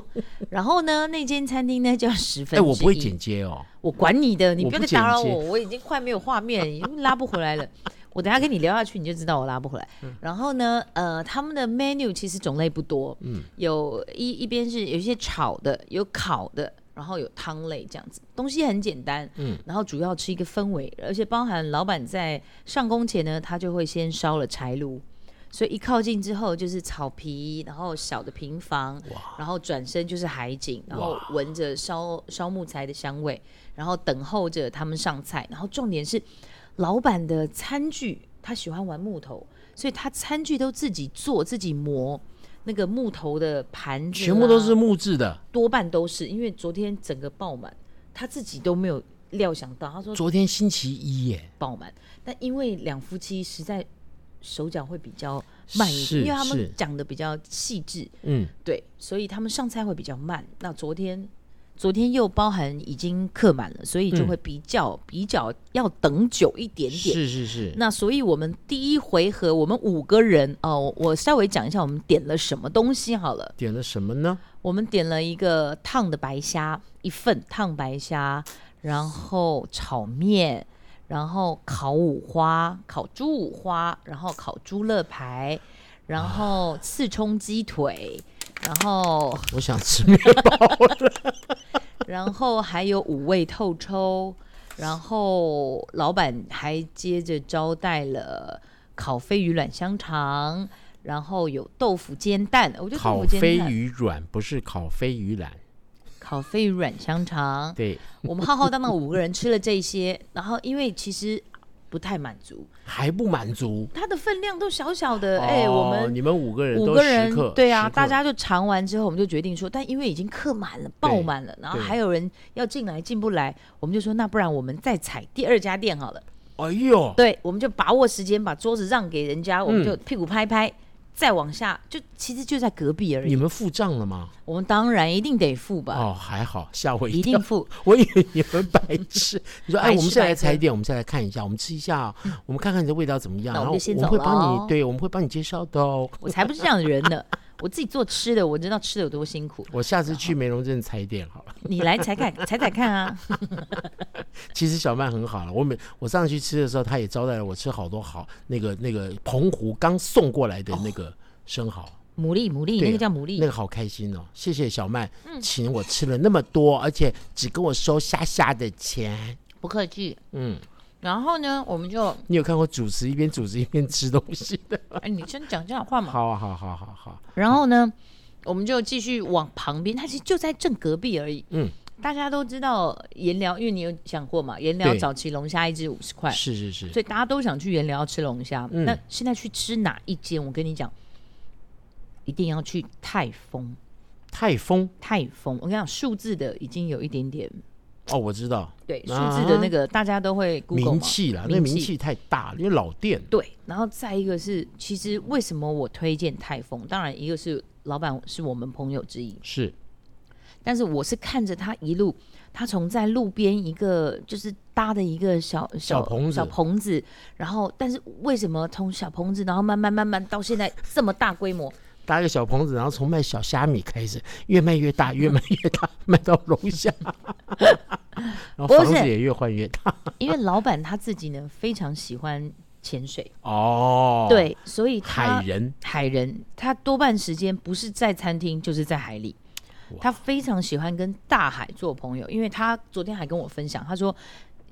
然后呢，那间餐厅呢叫十分
哎，我
之
不会
一
剪接哦，
我管你的，你
我
不要
不
再打扰
剪接
我，我已经快没有画面，已经拉不回来了。 [LAUGHS] 我等下跟你聊下去，你就知道我拉不回来。
嗯
然后呢，呃，他们的 menu 其实种类不多，嗯，有一一边是有一些炒的，有烤的，然后有汤类这样子，东西很简单，嗯，然后主要吃一个氛围，而且包含老板在上工前呢，他就会先烧了柴炉。所以一靠近之后就是草皮，然后小的平房，然后转身就是海景，然后闻着烧烧木材的香味，然后等候着他们上菜。然后重点是，老板的餐具，他喜欢玩木头，所以他餐具都自己做、自己磨。那个木头的盘子啦，啊
全部都是木质的。
多半都是，因为昨天整个爆满，他自己都没有料想到。他说
昨天星期一耶，
爆满，但因为两夫妻实在手脚会比较慢一
是
点，因为他
是
们讲的比较细致，
嗯，
对，所以他们上菜会比较慢。那昨天，昨天又包含已经客满了，所以就会比较、比较要等久一点点。
嗯是是是，
那所以我们第一回合，我们五个人哦，我稍微讲一下我们点了什么东西好了。
点了什么呢？
我们点了一个烫的白虾，一份烫白虾，然后炒面，然后烤五花、烤猪五花，然后烤猪肋排，然后刺葱鸡腿，然后
我想吃
[LAUGHS]
面，
然后还有五味透抽，然后老板还接着招待了烤飞鱼软香肠，然后有豆腐煎蛋，我觉得豆
烤
腐煎
飞
蛋，
鱼软不是烤飞鱼懒，
烤飞鱼软香肠，
对，
我们浩浩荡荡五个人吃了这些，然后因为其实不太满足，
还不满足。
它的分量都小小的，哎、我
哦
们
你们五个人
五
都
个
十
人
克，
对啊，
十克
大家就尝完之后，我们就决定说，但因为已经客满了，爆满了，然后
对
还有人要进来进不来，我们就说那不然我们再踩第二家店好了。
哎呦，
对，我们就把握时间把桌子让给人
嗯
家，我们就屁股拍拍，再往下就其实就在隔壁而
你
已。
们付账了吗？
我们当然一定得付吧，
嗯哦，还好，吓我
一
一跳。
定付。
我以为你们白痴。你说，哎，
白痴
我们再来
白痴
踩点，我们再来看一下，我们吃一下哦，我们看看你的味道怎么样，
那
然
我
后
们就先
我们会
走了哦
帮你，对，我们会帮你介绍的哦。
我才不是这样的人呢，我自己做吃的，我知道吃的有多辛苦。
我下次去梅龙镇踩点好了。
你来踩 [LAUGHS] 踩踩踩看啊！
其实小曼很好了，我每我上次去吃的时候，她也招待了我吃好多好那个那个澎湖刚送过来的那个生蚝。
牡蛎，牡蛎，
对啊
那个叫牡
那
蛎，
个好开心哦！谢谢小曼，请我吃了那么多，而且只跟我收虾虾的钱。
不客气。
嗯，
然后呢，我
[LAUGHS]
们就，
你有看过主持一边主持一边吃东西的？
哎，你先讲这样话嘛。
好啊，好好好好，
然后呢，我们就继续往旁边，它其实就在正隔壁而已。
嗯，
大家都知道盐寮，因为你有讲过嘛，盐寮
对
早期龙虾一只五十块，
是是是，
所以大家都想去盐寮吃龙虾。
嗯
那现在去吃哪一间？我跟你讲，一定要去泰丰。
泰丰
泰丰，我跟你讲，数字的已经有一点点
哦，我知道
对数
啊
字的那个，大家都会 Google
名
嘛。
气啦，
名
那名
气
气太大了，因为老店
对，然后再一个是，其实为什么我推荐泰丰？当然，一个是老板是我们朋友之一，
是
但是我是看着他一路，他从在路边一个就是搭的一个小
小棚子
小棚子，然后但是为什么从小棚子，然后慢慢慢慢到现在这么大规模？
搭一个小棚子，然后从卖小虾米开始，越卖越大，越卖越大，卖到龙虾，然后
不是
房子也越换越大
因为老板他自己呢非常喜欢潜水，
哦。，
对，所以他
海人
海人，他多半时间不是在餐厅就是在海里。他非常喜欢跟大海做朋友，因为他昨天还跟我分享，他说，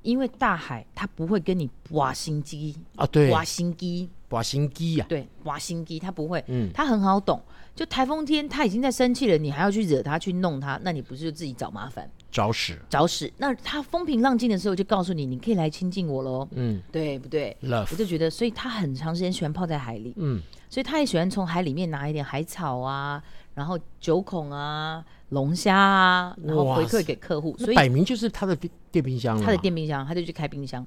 因为大海他不会跟你挖心机，
啊，对，
挖心机，
瓦辛基呀，
对，挖心机，他不会，
嗯
他很好懂。就台风天他已经在生气了，你还要去惹他去弄他，那你不是就自己找麻烦
找死，
找死？那他风平浪静的时候就告诉你，你可以来亲近我喽，
嗯
对不对？
，love，
我就觉得，所以他很长时间喜欢泡在海里，
嗯，
所以他也喜欢从海里面拿一点海草啊，然后九孔啊、龙虾啊，然后
哇
回馈
塞
给客户，
那
所
啊
以
摆明就是他的电电冰箱了嘛，
他的电冰箱，他就去开冰箱。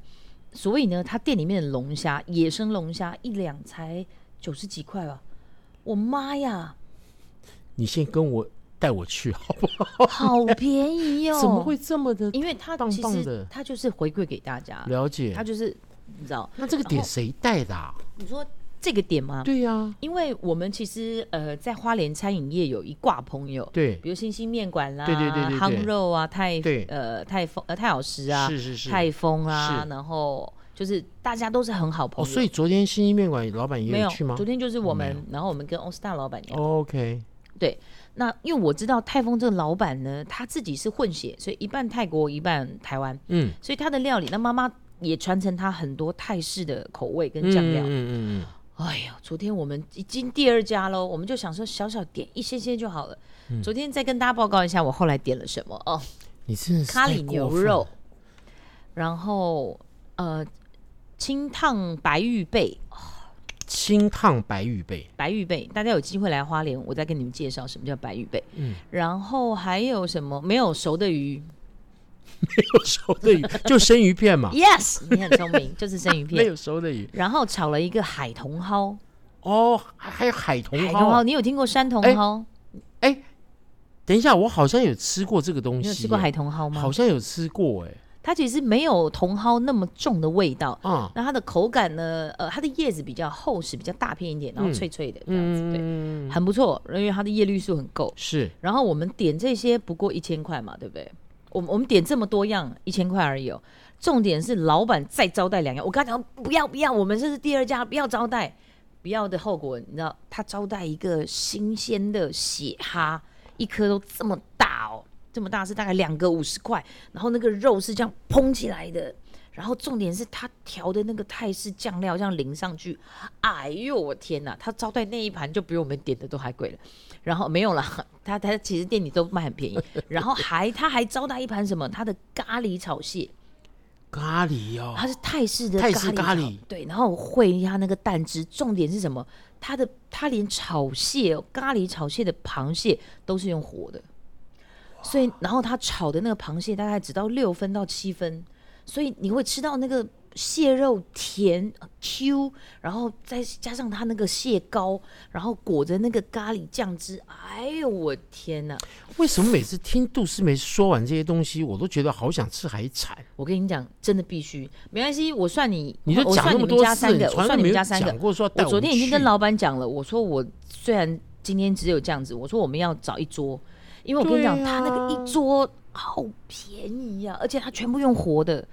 所以呢，他店里面的龙虾，野生龙虾一两才九十几块吧，我
[LAUGHS]
妈呀，
你先跟我带我去好不好？
好便宜哦！
怎么？会这么的
因为他
棒
其
棒
实
的
他就是回馈给大家，
了解
他？就是你知道，
那这个点谁带的、啊？
你说这个点吗？
对呀、
因为我们其实呃，在花莲餐饮业有一挂朋友，
对
比如星星面馆啦，
对对对对对
夯肉啊，太
对
呃太丰呃太好食啊，
是是是
泰丰啊
是，
然后就是大家都是很好朋
哦，
友。
所以昨天新一面馆老板
没
也
有
有去吗哦
昨天就是我
没哦
们，然后我们跟欧斯大老板聊。
？OK，
那因为我知道泰丰这个老板呢，他自己是混血，所以一半泰国一半台湾，
嗯，
所以他的料理，那妈妈也传承他很多泰式的口味跟
嗯
酱料。
嗯嗯
哎呀，昨天我们已经第二家喽，我们就想说小小点一些些就好了。昨天再跟大家报告一下，我后来点了什么哦。
嗯，你真的是
咖
太
喱
过
牛
分
肉
了，，
然后呃清烫白玉贝，
清烫白玉贝，
[LAUGHS] 白玉贝，大家有机会来花莲，我再跟你们介绍什么叫白玉贝。
嗯，
然后还有什么没有熟的鱼
有熟的鱼就生鱼片
[LAUGHS]
嘛，
？Yes，你很聪
[LAUGHS]
明，就是生鱼
啊没
片。
有熟的鱼
然后炒了一个海茼蒿，
哦，还还有海
海
茼
茼
蒿啊、
蒿，你有听过山茼
哎
蒿？
等一下，我好像有吃过这个东西耶，
你有吃过海茼蒿吗
好？像有吃过哎、
它其实没有茼蒿那么重的味道，
啊，
那它的口感呢？呃，它的叶子比较厚实，比较大片一点，然后
嗯
脆脆的这样子，
嗯
对，，很不错，因为它的叶绿素很够。
是
然后我们点这些不过一千块嘛，对不对？我们我们点这么多样，一千块而已哦。重点是老板再招待两样，我跟他讲不要不要，我们这是第二家，不要招待，不要的后果你知道，他招待一个新鲜的血蛤，一颗都这么大哦，这么大是大概两个五十块，然后那个肉是这样蓬起来的。然后重点是他调的那个泰式酱料这样淋上去，哎呦我天哪！他招待那一盘就比我们点的都还贵了。 [LAUGHS] 然后没有啦，他他其实店里都卖很便宜，然后还他还招待一盘什么，他的咖喱炒蟹，
咖喱哦，
它是泰式的
泰式
喱
咖
炒
喱
对，然后烩它那个蛋汁，重点是什么？它的它连炒蟹哦咖喱炒蟹的螃蟹都是用火的，所以然后它炒的那个螃蟹大概只到六分到七分，所以你会吃到那个蟹肉甜呃 Q，然后再加上它那个蟹膏，然后裹着那个咖喱酱汁，哎呦我天呐！
为什么每次听杜思梅说完这些东西，我都觉得好想吃海产？
我跟你讲，真的必须，没关系，我算你，
你都
我
讲
算
那
你
么
们
多
家
次，
三
你
个，我
从来
算你
没
们
有
家三个
讲。过说要带
我昨天已经跟
去
老板讲了，我说我虽然今天只有这样子，我说我们要找一桌，因为我跟你讲，
对啊
他那个一桌好便宜啊呀、而且他全部用活的，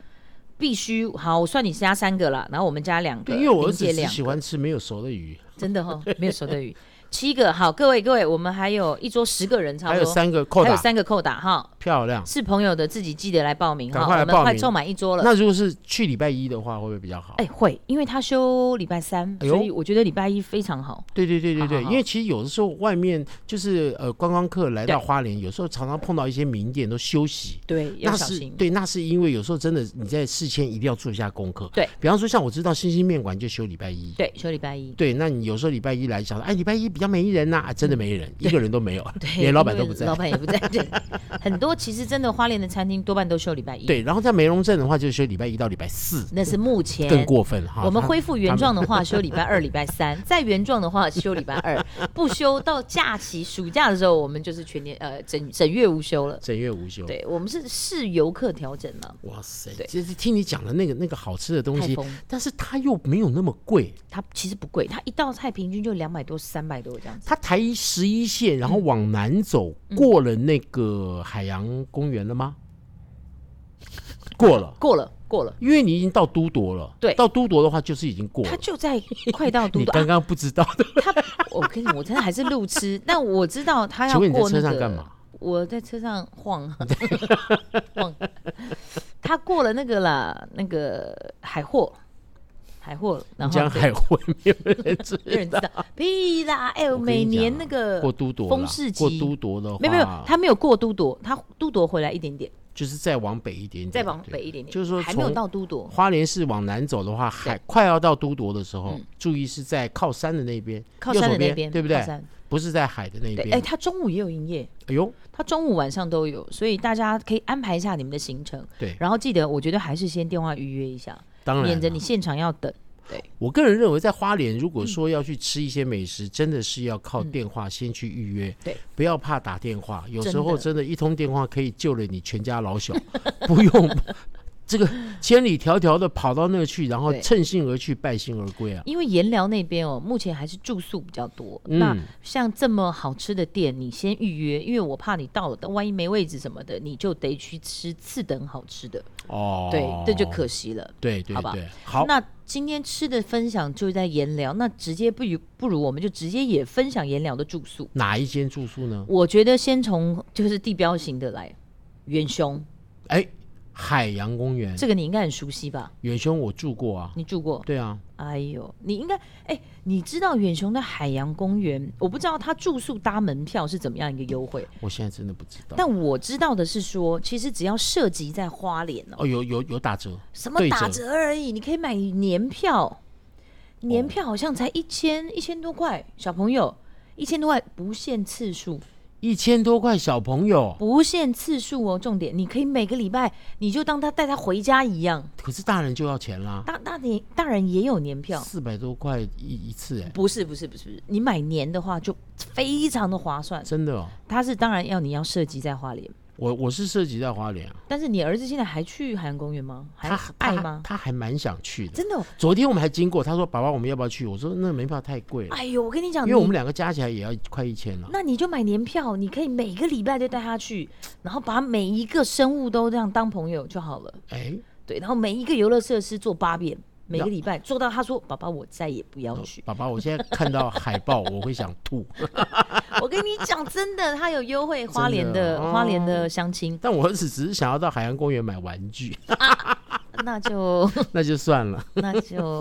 必须好，我算你家三个啦，然后我们家两个，
对，因为我儿
林
子
姐
只
两
喜欢吃没有熟的鱼，
真的哈，没有熟的鱼，七个好，各位各位，我们还有一桌十个人差
还
不
有
多，
三个扣
还有
打，
三个扣打哈，
漂亮。
是朋友的自己记得来报名
赶
哈，
快来
我
报
们快
名
凑满一桌了。
那如果是去礼拜一的话，会不会比较好？
哎、会，因为他休礼拜三，
哎呦
所以我觉得礼拜一非常好。
对对对对
好
对，
好
因为其实有的时候外面就是呃观光客来到
对
花莲，有时候常常碰到一些名店都休息。
对，要
那
小
是
心。
对，那是因为有时候真的你在事先一定要做一下功课。
对，
比方说像我知道星星面馆就休礼拜一。
对，休礼拜一。
对，那你有时候礼拜一来想，哎，礼拜一比较没人呐、啊真的没人，一个人都没
[LAUGHS]
有，
嗯
啊
对，
连老板
因为
都不在
老。板也不在。对，很多其实真的花莲的餐厅多半都休礼拜一。，
对，然后在梅龙镇的话，就是休礼拜一到礼拜四，
那是目前
更过分哈。
嗯我们
他
恢复原
他
状的话，休礼拜二、礼拜三；再原状的话，休礼拜二；不休到假期、暑假的时候，我们就是全年呃整整月无休了。
整月无休。
对，我们是视游客调整了，
哇塞，
对
就是听你讲的那个那个好吃的东
泰
西，
丰
但是它又没有那么贵，
它其实不贵，它一道菜平均就两百多、三百多这样子。
它台一十一线，然后往南走，
嗯
过了那个海洋公园了吗？过了，
过了，过了，
因为你已经到都铎了。
嗯对
到都铎的话就是已经过
它
了。
就在
[LAUGHS]
快到都啊
你
都
刚刚不知道的，
他，我跟你讲，我真的还是路痴。但我知道他要
请问你在
过那
车
个。
上干嘛？
我在车上晃啊 [LAUGHS] 晃。他过了那个啦，那个海货，海货，然
你
后
讲海会没有人知
没人知道，屁啦！哎、呦，
跟你
每年
讲
那
过
个。
都铎啦，
呃风市集
过都铎的话，
没有没有，他没有过都铎，他都铎回来一点点，
就是再往北一点点，
再往
对
北一点点，
就是说
还没有
从
到都铎。
花莲市往南走的话，还快要到都铎的时候，注意是在靠山的那边，
嗯靠
右
山
手
的那
边，
边，
对不
靠
对？
山
不是在海的那
对，
边。
哎、他中午也有营业，
哎呦，
他中午晚上都有，所以大家可以安排一下你们的行程。
对
然后记得，我觉得还是先电话预约一下，
当
免
然啊
得
了
你现场要等。
我个人认为，在花莲
嗯
如果说要去吃一些美食，真的是要靠电话先去预约，
对，
不要怕打电话，有
真
时候
的
真的，一通电话可以救了你全家老
[LAUGHS]
小，不用这个千里迢迢的跑到那去，然后
对
乘兴而去，败兴而归啊。
因为盐寮那边哦，目前还是住宿比较多。
嗯
那像这么好吃的店，你先预约，因为我怕你到了，但万一没位置什么的，你就得去吃次等好吃的。
哦，
对，这就可惜了。
对对
好吧
对，好，
那今天吃的分享就在盐寮，那直接不如不如我们就直接也分享盐寮的住宿。
哪一间住宿呢？
我觉得先从就是地标型的来，远雄
哎，海洋公园，
这个你应该很熟悉吧？
远兄我住过啊，
你住过？
对啊，
哎呦，你应该哎、你知道远雄的海洋公园，我不知道它住宿搭门票是怎么样一个优惠，
我现在真的不知道。
但我知道的是说，其实只要涉及在花莲哦，
哦，有有有打折，
什么
对
打
折
折而已，你可以买年票，年票好像才一千一千多块，小朋友一千多块不限次数，
一千多块小朋友，
不限次数哦，重点你可以每个礼拜你就当他带他回家一样，
可是大人就要钱啦，
大大年大人也有年票。
四百多块一一次、哎，
不是不是不是不是，你买年的话就非常的划算，
真的哦，
他是当然要你要涉及在花莲，
我我是涉及到花莲啊，
但是你儿子现在还去海洋公园吗？还
他
爱
他
吗？
他还蛮想去的。
真的哦、
昨天我们还经过，他说：“爸爸，我们要不要去？”我说：“那门票太贵了，
哎呦，我跟你讲，
因为我
你
们两个加起来也要快一千
[LAUGHS]
了。
那你就买年票，你可以每个礼拜就带他去，然后把每一个生物都这样当朋友就好了。”
哎，
对，然后每一个游乐设施做八遍，每个礼拜做到他说：“爸爸，我再也不要
[LAUGHS]
去。
爸爸，我现在看到海报，我会想
[LAUGHS]
吐。
我跟你讲，真的，他有优惠花莲
真
的
的哦
花莲的相亲，
但我儿子只是想要到海洋公园买玩具， [LAUGHS]
那就
那就算了。
那就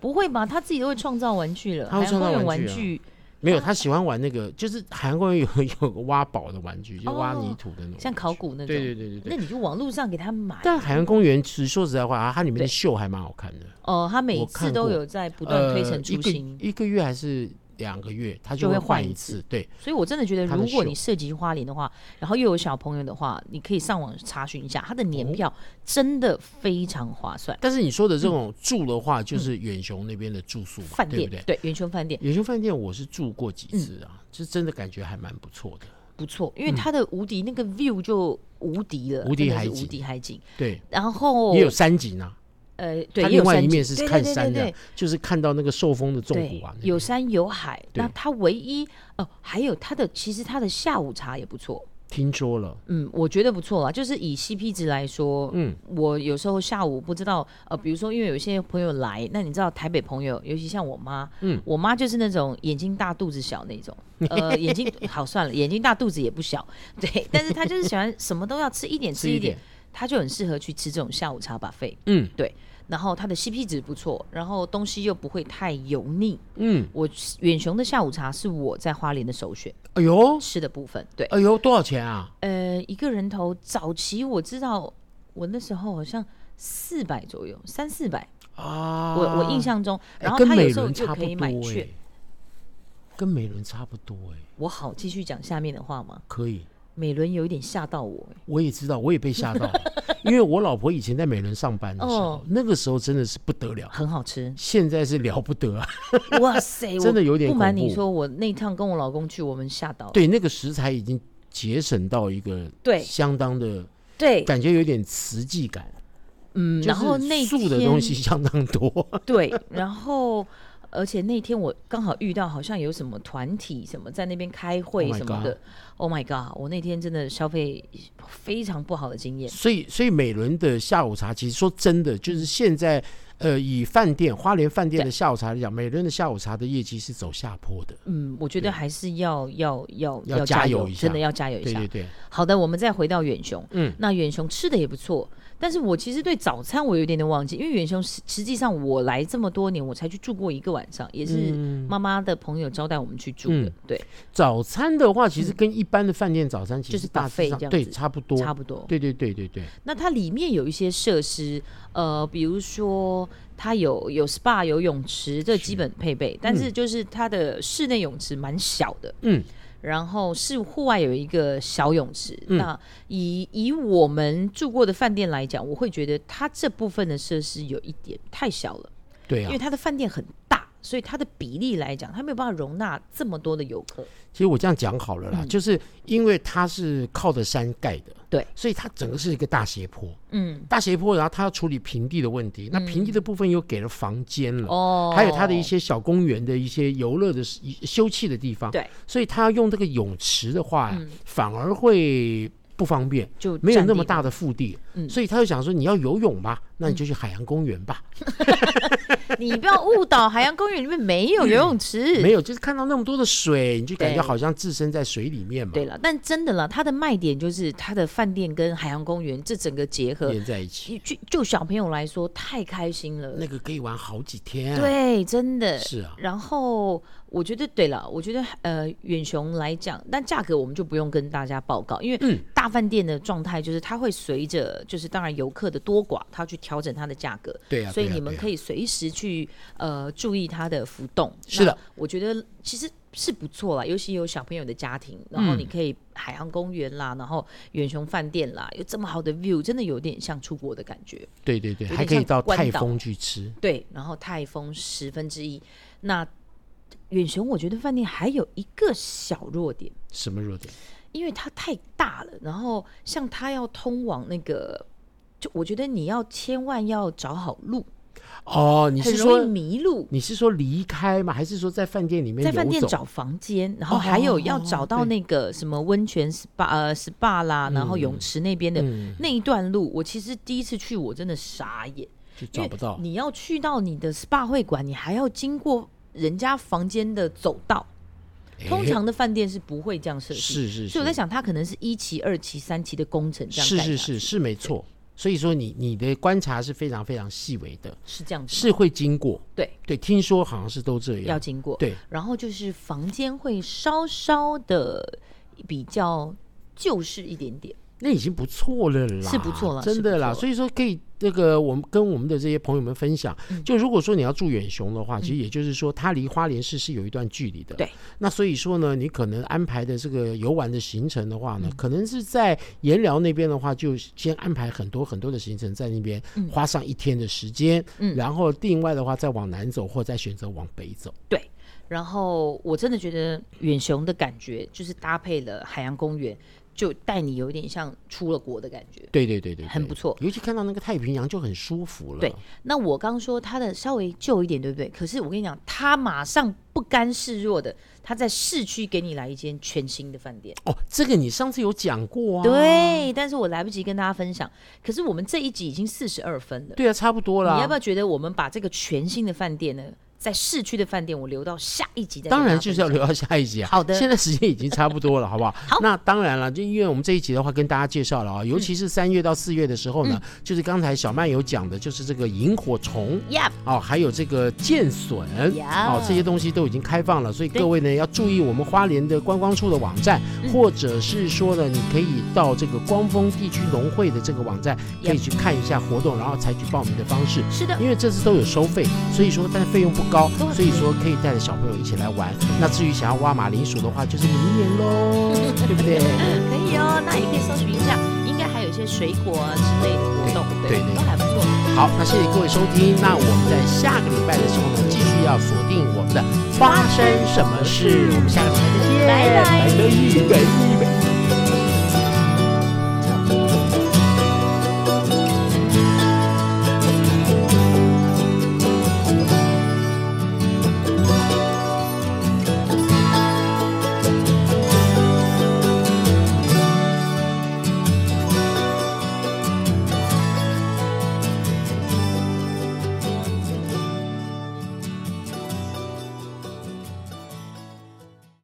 不会吧？他自己都会创造玩具了，
他会
海洋
创造
公园
玩具
玩
啊
具。
没有，他喜欢玩那个，就是海洋公园有 [LAUGHS] 有个挖宝的玩具，就挖
哦
泥土的那种，
像考古那种。
对对对对对
那你就网络上给他买。
但海洋公园其实说实在话，啊它里面
对
的秀还蛮好看的，
哦，他每
我
一
看
次都
过
有在不断推陈
呃
出新
一。个一个月还是两个月，它
就
就
会
会
换
换
一
一
次
次。对，
所以，我真的觉得，
他的
如果
秀
你涉及花莲的话，然后又有小朋友的话，你可以上网查询一下，它的年
哦
票真的非常划算。
但是你说的这种住的话，就是远雄那边的住宿嘛，
嗯饭
对
店嗯
不对？
对，元凶饭店
远雄饭店我是住过几次啊，就真的感觉还蛮不错的。
不错，因为它的无敌那个 view 就无敌了，
无敌
真的
海
是无
景
敌海景。
对，
然后
也有山景啊，
呃，哦对，
它
也有
另外
山
一
景
面是
对
看
对对
山
对
的，就是看到那个受风的纵
对
谷啊，那
有
边
山有海。
对
那它唯一哦，还有它的其实它的下午茶也不错。
听说了，
嗯，我觉得不错啦。就是以 CP 值来说，嗯
嗯，
我有时候下午不知道，呃，比如说因为有些朋友来，那你知道台北朋友，尤其像我妈，嗯，我妈就是那种眼睛大肚子小那
[LAUGHS]
种，呃，眼睛好算了，眼睛大肚子也不小， [LAUGHS] 对，但是她就是喜欢什么都要吃一点吃
吃一
一点
点，
她就很适合去吃这种下午茶把费，
嗯
对。然后它的 CP 值不错，然后东西又不会太油腻。
嗯，
我远雄的下午茶是我在花莲的首选
哎呦
吃的部分，对。
哎呦，多少钱啊？
呃，一个人头早期我知道，我那时候好像四百左右，三四百，
啊，
我我印象中，
哎
然后
跟
他有
美
时候
伦
就
差不
可以
多
买
哎、
券。
跟美伦差不多哎、
我好继续讲下面的话吗？
可以。
美伦有一点吓到我，欸
我也知道，我也被吓到， [LAUGHS] 因为我老婆以前在美伦上班的时候，
哦
那个时候真的是不得了，，
很好吃
[LAUGHS] 现在是了不得啊。 [LAUGHS]
哇塞，我
真的有点
不瞒
恐
你
怖
说，我那趟跟我老公去，我们吓到了，
对，那个食材已经节省到一个
对
相当的
对，
感觉，有点实际感。
嗯，然后
就是
那
素的
天 [LAUGHS]
东西相当多，
对，然后而且那天我刚好遇到好像有什么团体什么在那边开会
Oh my
什么的，Oh my god！我那天真的消费非常不好的经验。
所以所以美伦的下午茶，其实说真的，就是现在呃，以饭店花莲饭店的下午茶来讲，美伦的下午茶的业绩是走下坡的。
嗯，我觉得还是要要要
要加
加
油
油
一下
真的要加油一
对
下
对。对，
好的，我们再回到远雄。
嗯，
那远雄吃的也不错，但是我其实对早餐我有一点点忘记，因为远雄实实际上我来这么多年，我才去住过一个晚上，也是妈妈的朋友招待我们去住的，
嗯
对，
早餐的话，其实跟一般的饭店早餐其
嗯就
实
是
大
buffet
致上
这样
对
子
差不多，
差不多。
对对对对对，
那它里面有一些设施，呃，比如说它有有 SPA
嗯
有泳池，这基本配备，但是就是它的室内泳池蛮小的，
嗯，
然后是户外有一个小泳池。
嗯
那以以我们住过的饭店来讲，我会觉得它这部分的设施有一点太小了，
对
因
啊
为，它的饭店很大，所以它的比例来讲，它没有办法容纳这么多的游客。
其实我这样讲好了啦，就是因为它是靠着山盖的，
嗯对，
所以它整个是一个大斜坡，
嗯，
大斜坡，然后它要处理平地的问题，那平地的部分又给了房间了。
哦，
还有它的一些小公园的一些游乐的休憩的地方，
对，嗯
所以它用这个泳池的话，反而会不方便，
哦就
没有
占
那么
地方
大的腹地，
嗯
所以他就想说你要游泳吧，那你就去海洋公园吧。
你不要误导，海洋公园里面没有游泳池。
嗯没有，就是看到那么多的水，你就感觉
对
好像置身在水里面嘛，
对了，但真的啦，它的卖点就是它的饭店跟海洋公园这整个结合，
连在一起，
就就就小朋友来说太开心了。
那个可以玩好几天、啊。，
对，真的。
是啊，
然后我觉得，对了，我觉得呃，远雄来讲，但价格我们就不用跟大家报告，因
嗯
为大饭店的状态就是它会随着，就是当然游客的多寡，它去调整它的价格。
对啊
所以
对啊
你们
对啊
可以随时去呃注意它的浮动。
是的，
我觉得其实是不错啦，尤其有小朋友的家庭，然后你可以海洋公园啦，然后远雄饭店啦，有这么好的 view，真的有点像出国的感觉。
对对对，
有点
还可以
像
到
关
泰
岛
丰去吃。
对，然后泰丰十分之一。那远雄，我觉得饭店还有一个小弱点，
什么弱点？
因为它太大了，然后像它要通往那个，就我觉得你要千万要找好路，
哦，你
很
是
容易
说
迷路。
你是说离开吗？还是说在饭店里面
在饭
游
店
走
找房间，
哦
然后还有要找到那个什么温泉 SPA 呃 SPA 啦，然后泳池那边的
嗯
那一段路，我其实第一次去我真的傻眼，
就
因
找
为
不到？
你要去到你的 SPA 会馆，你还要经过人家房间的走道。通
哎
常的饭店是不会这样设计，
是是
所以我
是
在想，它可能是一期、二期、三期的工程这样
是
盖
是
下
是
去
是没错。所以说你你的观察是非常非常细微的，
是这样子，
是会经过。
对，
对，听说好像是都这
要
样。
经过，
对，
然后就是房间会稍稍的比较旧式一点点，
那已经不错了啦，
是不错了
真的啦。
是不错了
所以说可以那个我们跟我们的这些朋友们分享，
嗯
就如果说你要住远雄的话，其实也就是说它离花莲市是有一段距离的。
对，
那所以说呢，你可能安排的这个游玩的行程的话呢，
嗯
可能是在盐寮那边的话，就先安排很多很多的行程在那边，花上一天的时间，
嗯
然后另外的话再往南走，或再选择往北走。
对。然后我真的觉得远雄的感觉就是搭配了海洋公园，就带你有一点像出了国的感觉。
对对对对对
很不错
尤其看到那个太平洋就很舒服了。
对，那我刚说它的稍微旧一点，对不对？可是我跟你讲，它马上不甘示弱的，它在市区给你来一间全新的饭店。
哦，这个你上次有讲过啊。。
对，但是我来不及跟大家分享。可是我们这一集已经四十二分了，
对啊，差不多啦。
你要不要觉得我们把这个全新的饭店呢，在市区的饭店，我留到下一集再跟
当然
大家
就是要
分享
留到下一集啊。
好的
现在时间已经差不多了，好
[LAUGHS]
不好？好。那当然了，就因为我们这一集的话，跟大家介绍了
嗯
啊，尤其是三月到四月的时候呢，就是刚才小曼有讲的，就是这个萤火虫。
Yep，
哦，还有这个剑笋，
呀
哦，这些东西都已经开放了，所以
对嗯
各位呢要注意我们花莲的观光处的网站，或者是说呢，你可以到这个光丰地区农会的这个网站，可以去看一下活动，然后采取报名的方式。
是的，
因为这次都有收费，所以说但费用不高
都，很
所以说可以带着小朋友一起来玩。那至于想要挖马铃薯的话，就是明年喽，对不对？
可以哦。那也可以搜寻一下，应该还有一些水果啊之类的活动，
对对
都还不错。
好，那谢谢各位收听，那我们在下个礼拜的时候呢，继续要锁定我们的发生什么事，我们下个礼拜再见，
拜拜
拜拜，拜拜。